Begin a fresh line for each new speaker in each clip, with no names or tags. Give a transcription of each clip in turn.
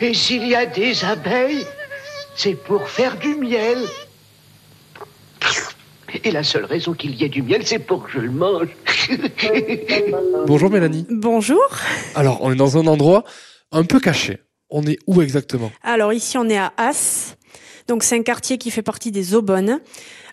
Et s'il y a des abeilles, c'est pour faire du miel. Et la seule raison qu'il y ait du miel, c'est pour que je le mange.
Bonjour Mélanie.
Bonjour.
Alors, on est dans un endroit un peu caché. On est où exactement
Alors ici, on est à As. Donc c'est un quartier qui fait partie des Aubonnes.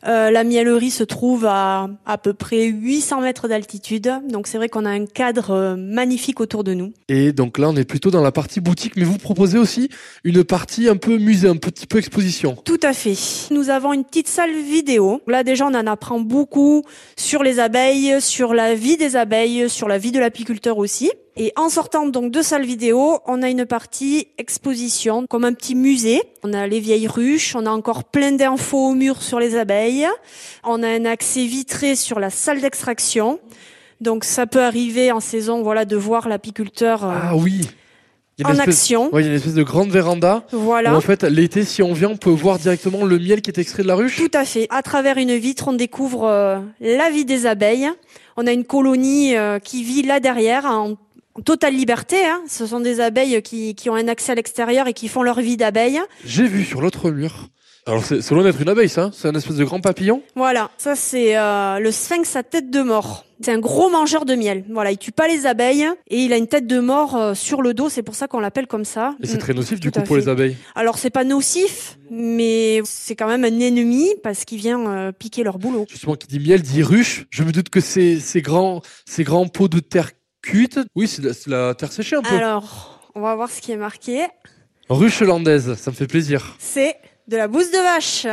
Euh, la miellerie se trouve à à peu près 800 mètres d'altitude. Donc c'est vrai qu'on a un cadre euh, magnifique autour de nous.
Et donc là, on est plutôt dans la partie boutique, mais vous proposez aussi une partie un peu musée, un petit peu exposition.
Tout à fait. Nous avons une petite salle vidéo. Là déjà, on en apprend beaucoup sur les abeilles, sur la vie des abeilles, sur la vie de l'apiculteur aussi. Et en sortant donc de salle vidéo, on a une partie exposition, comme un petit musée. On a les vieilles ruches, on a encore plein d'infos au mur sur les abeilles. On a un accès vitré sur la salle d'extraction. Donc ça peut arriver en saison, voilà, de voir l'apiculteur euh,
Ah oui Il y a
en
une espèce-
action.
Ouais, il y a une espèce de grande véranda.
Voilà.
où en fait, l'été, si on vient, on peut voir directement le miel qui est extrait de la ruche.
Tout à fait. À travers une vitre, on découvre euh, la vie des abeilles. On a une colonie euh, qui vit là derrière en en totale liberté. hein. Ce sont des abeilles qui, qui ont un accès à l'extérieur et qui font leur vie d'abeille.
J'ai vu sur l'autre mur. Alors, c'est c'est loin d'être une abeille, ça. hein. C'est un espèce de grand papillon.
Voilà, ça c'est euh, le sphinx à tête de mort. C'est un gros mangeur de miel. Voilà, il tue pas les abeilles et il a une tête de mort euh, sur le dos, c'est pour ça qu'on l'appelle comme ça.
Et c'est
Mm.
très nocif, du
tout
coup,
à
pour
fait.
les abeilles.
Alors c'est pas nocif, mais c'est quand même un ennemi parce qu'il vient euh, piquer leur boulot.
Justement, qui dit miel dit ruche. Je me doute que ces, ces grands, ces grands pots de terre cuite. Oui, c'est de la- c'est de la terre séchée un peu.
Alors, on va voir ce qui est marqué.
Ruche hollandaise, ça me fait plaisir.
C'est de la bouse de vache.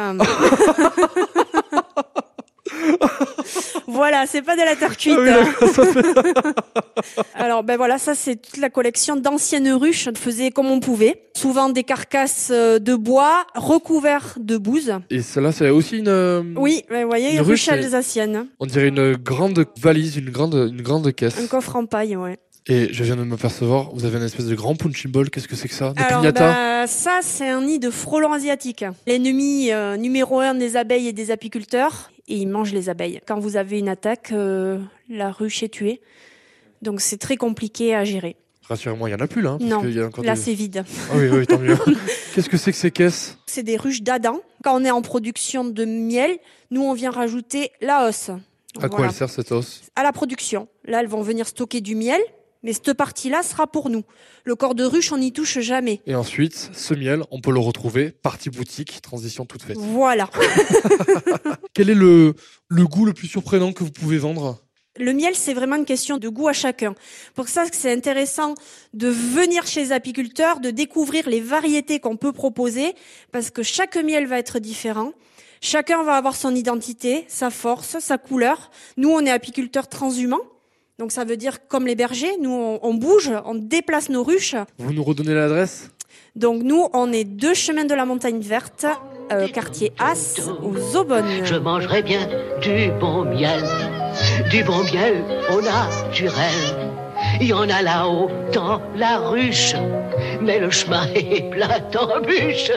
voilà, c'est pas de la terre cuite.
Ah oui, d'accord, ça fait-
Alors ben voilà, ça c'est toute la collection d'anciennes ruches. On faisait comme on pouvait, souvent des carcasses euh, de bois recouvertes de bouse.
Et celle-là, c'est aussi une. euh,
Oui, ben, vous voyez,
Une ruche,
ruche
mais-
alsacienne,
On dirait une grande valise, une grande, une grande
un
caisse.
coffre en paille, ouais.
Et je viens de m'apercevoir, vous avez une espèce de grand punching ball. Qu'est-ce que c'est que ça Des
Alors
piñatas
ben, ça c'est un nid de frelons asiatiques, l'ennemi euh, numéro un des abeilles et des apiculteurs, et il mange les abeilles. Quand vous avez une attaque, euh, la ruche est tuée. Donc c'est très compliqué à gérer.
Rassurez-moi, il n'y en a plus là. hein, parce
Non,
qu'il y a encore
Là
des-
c'est vide.
Ah oui, oui, tant mieux. Qu'est-ce que c'est que ces caisses
c'est des ruches d'Adam. Quand on est en production de miel, nous, on vient rajouter la hausse.
À quoi
Voilà.
elle sert cette os
À la production. Là, elles vont venir stocker du miel, mais cette partie-là sera pour nous. Le corps de ruche, on n'y touche jamais.
Et ensuite, ce miel, on peut le retrouver, partie boutique, transition toute faite.
Voilà.
Quel est le, le goût le plus surprenant que vous pouvez vendre
Le miel, c'est vraiment une question de goût à chacun. Pour ça, c'est intéressant de venir chez les apiculteurs, de découvrir les variétés qu'on peut proposer, parce que chaque miel va être différent. Chacun va avoir son identité, sa force, sa couleur. Nous, on est apiculteurs transhumants. Donc ça veut dire comme les bergers, nous on, on bouge, on déplace nos ruches.
Vous nous redonnez l'adresse
Donc nous on est deux chemins de la montagne verte, euh, quartier As aux Aubonnes.
Je mangerai bien du bon miel. Du bon miel au naturel. Il y en a là-haut dans la ruche. Mais le chemin est plein d'embûches.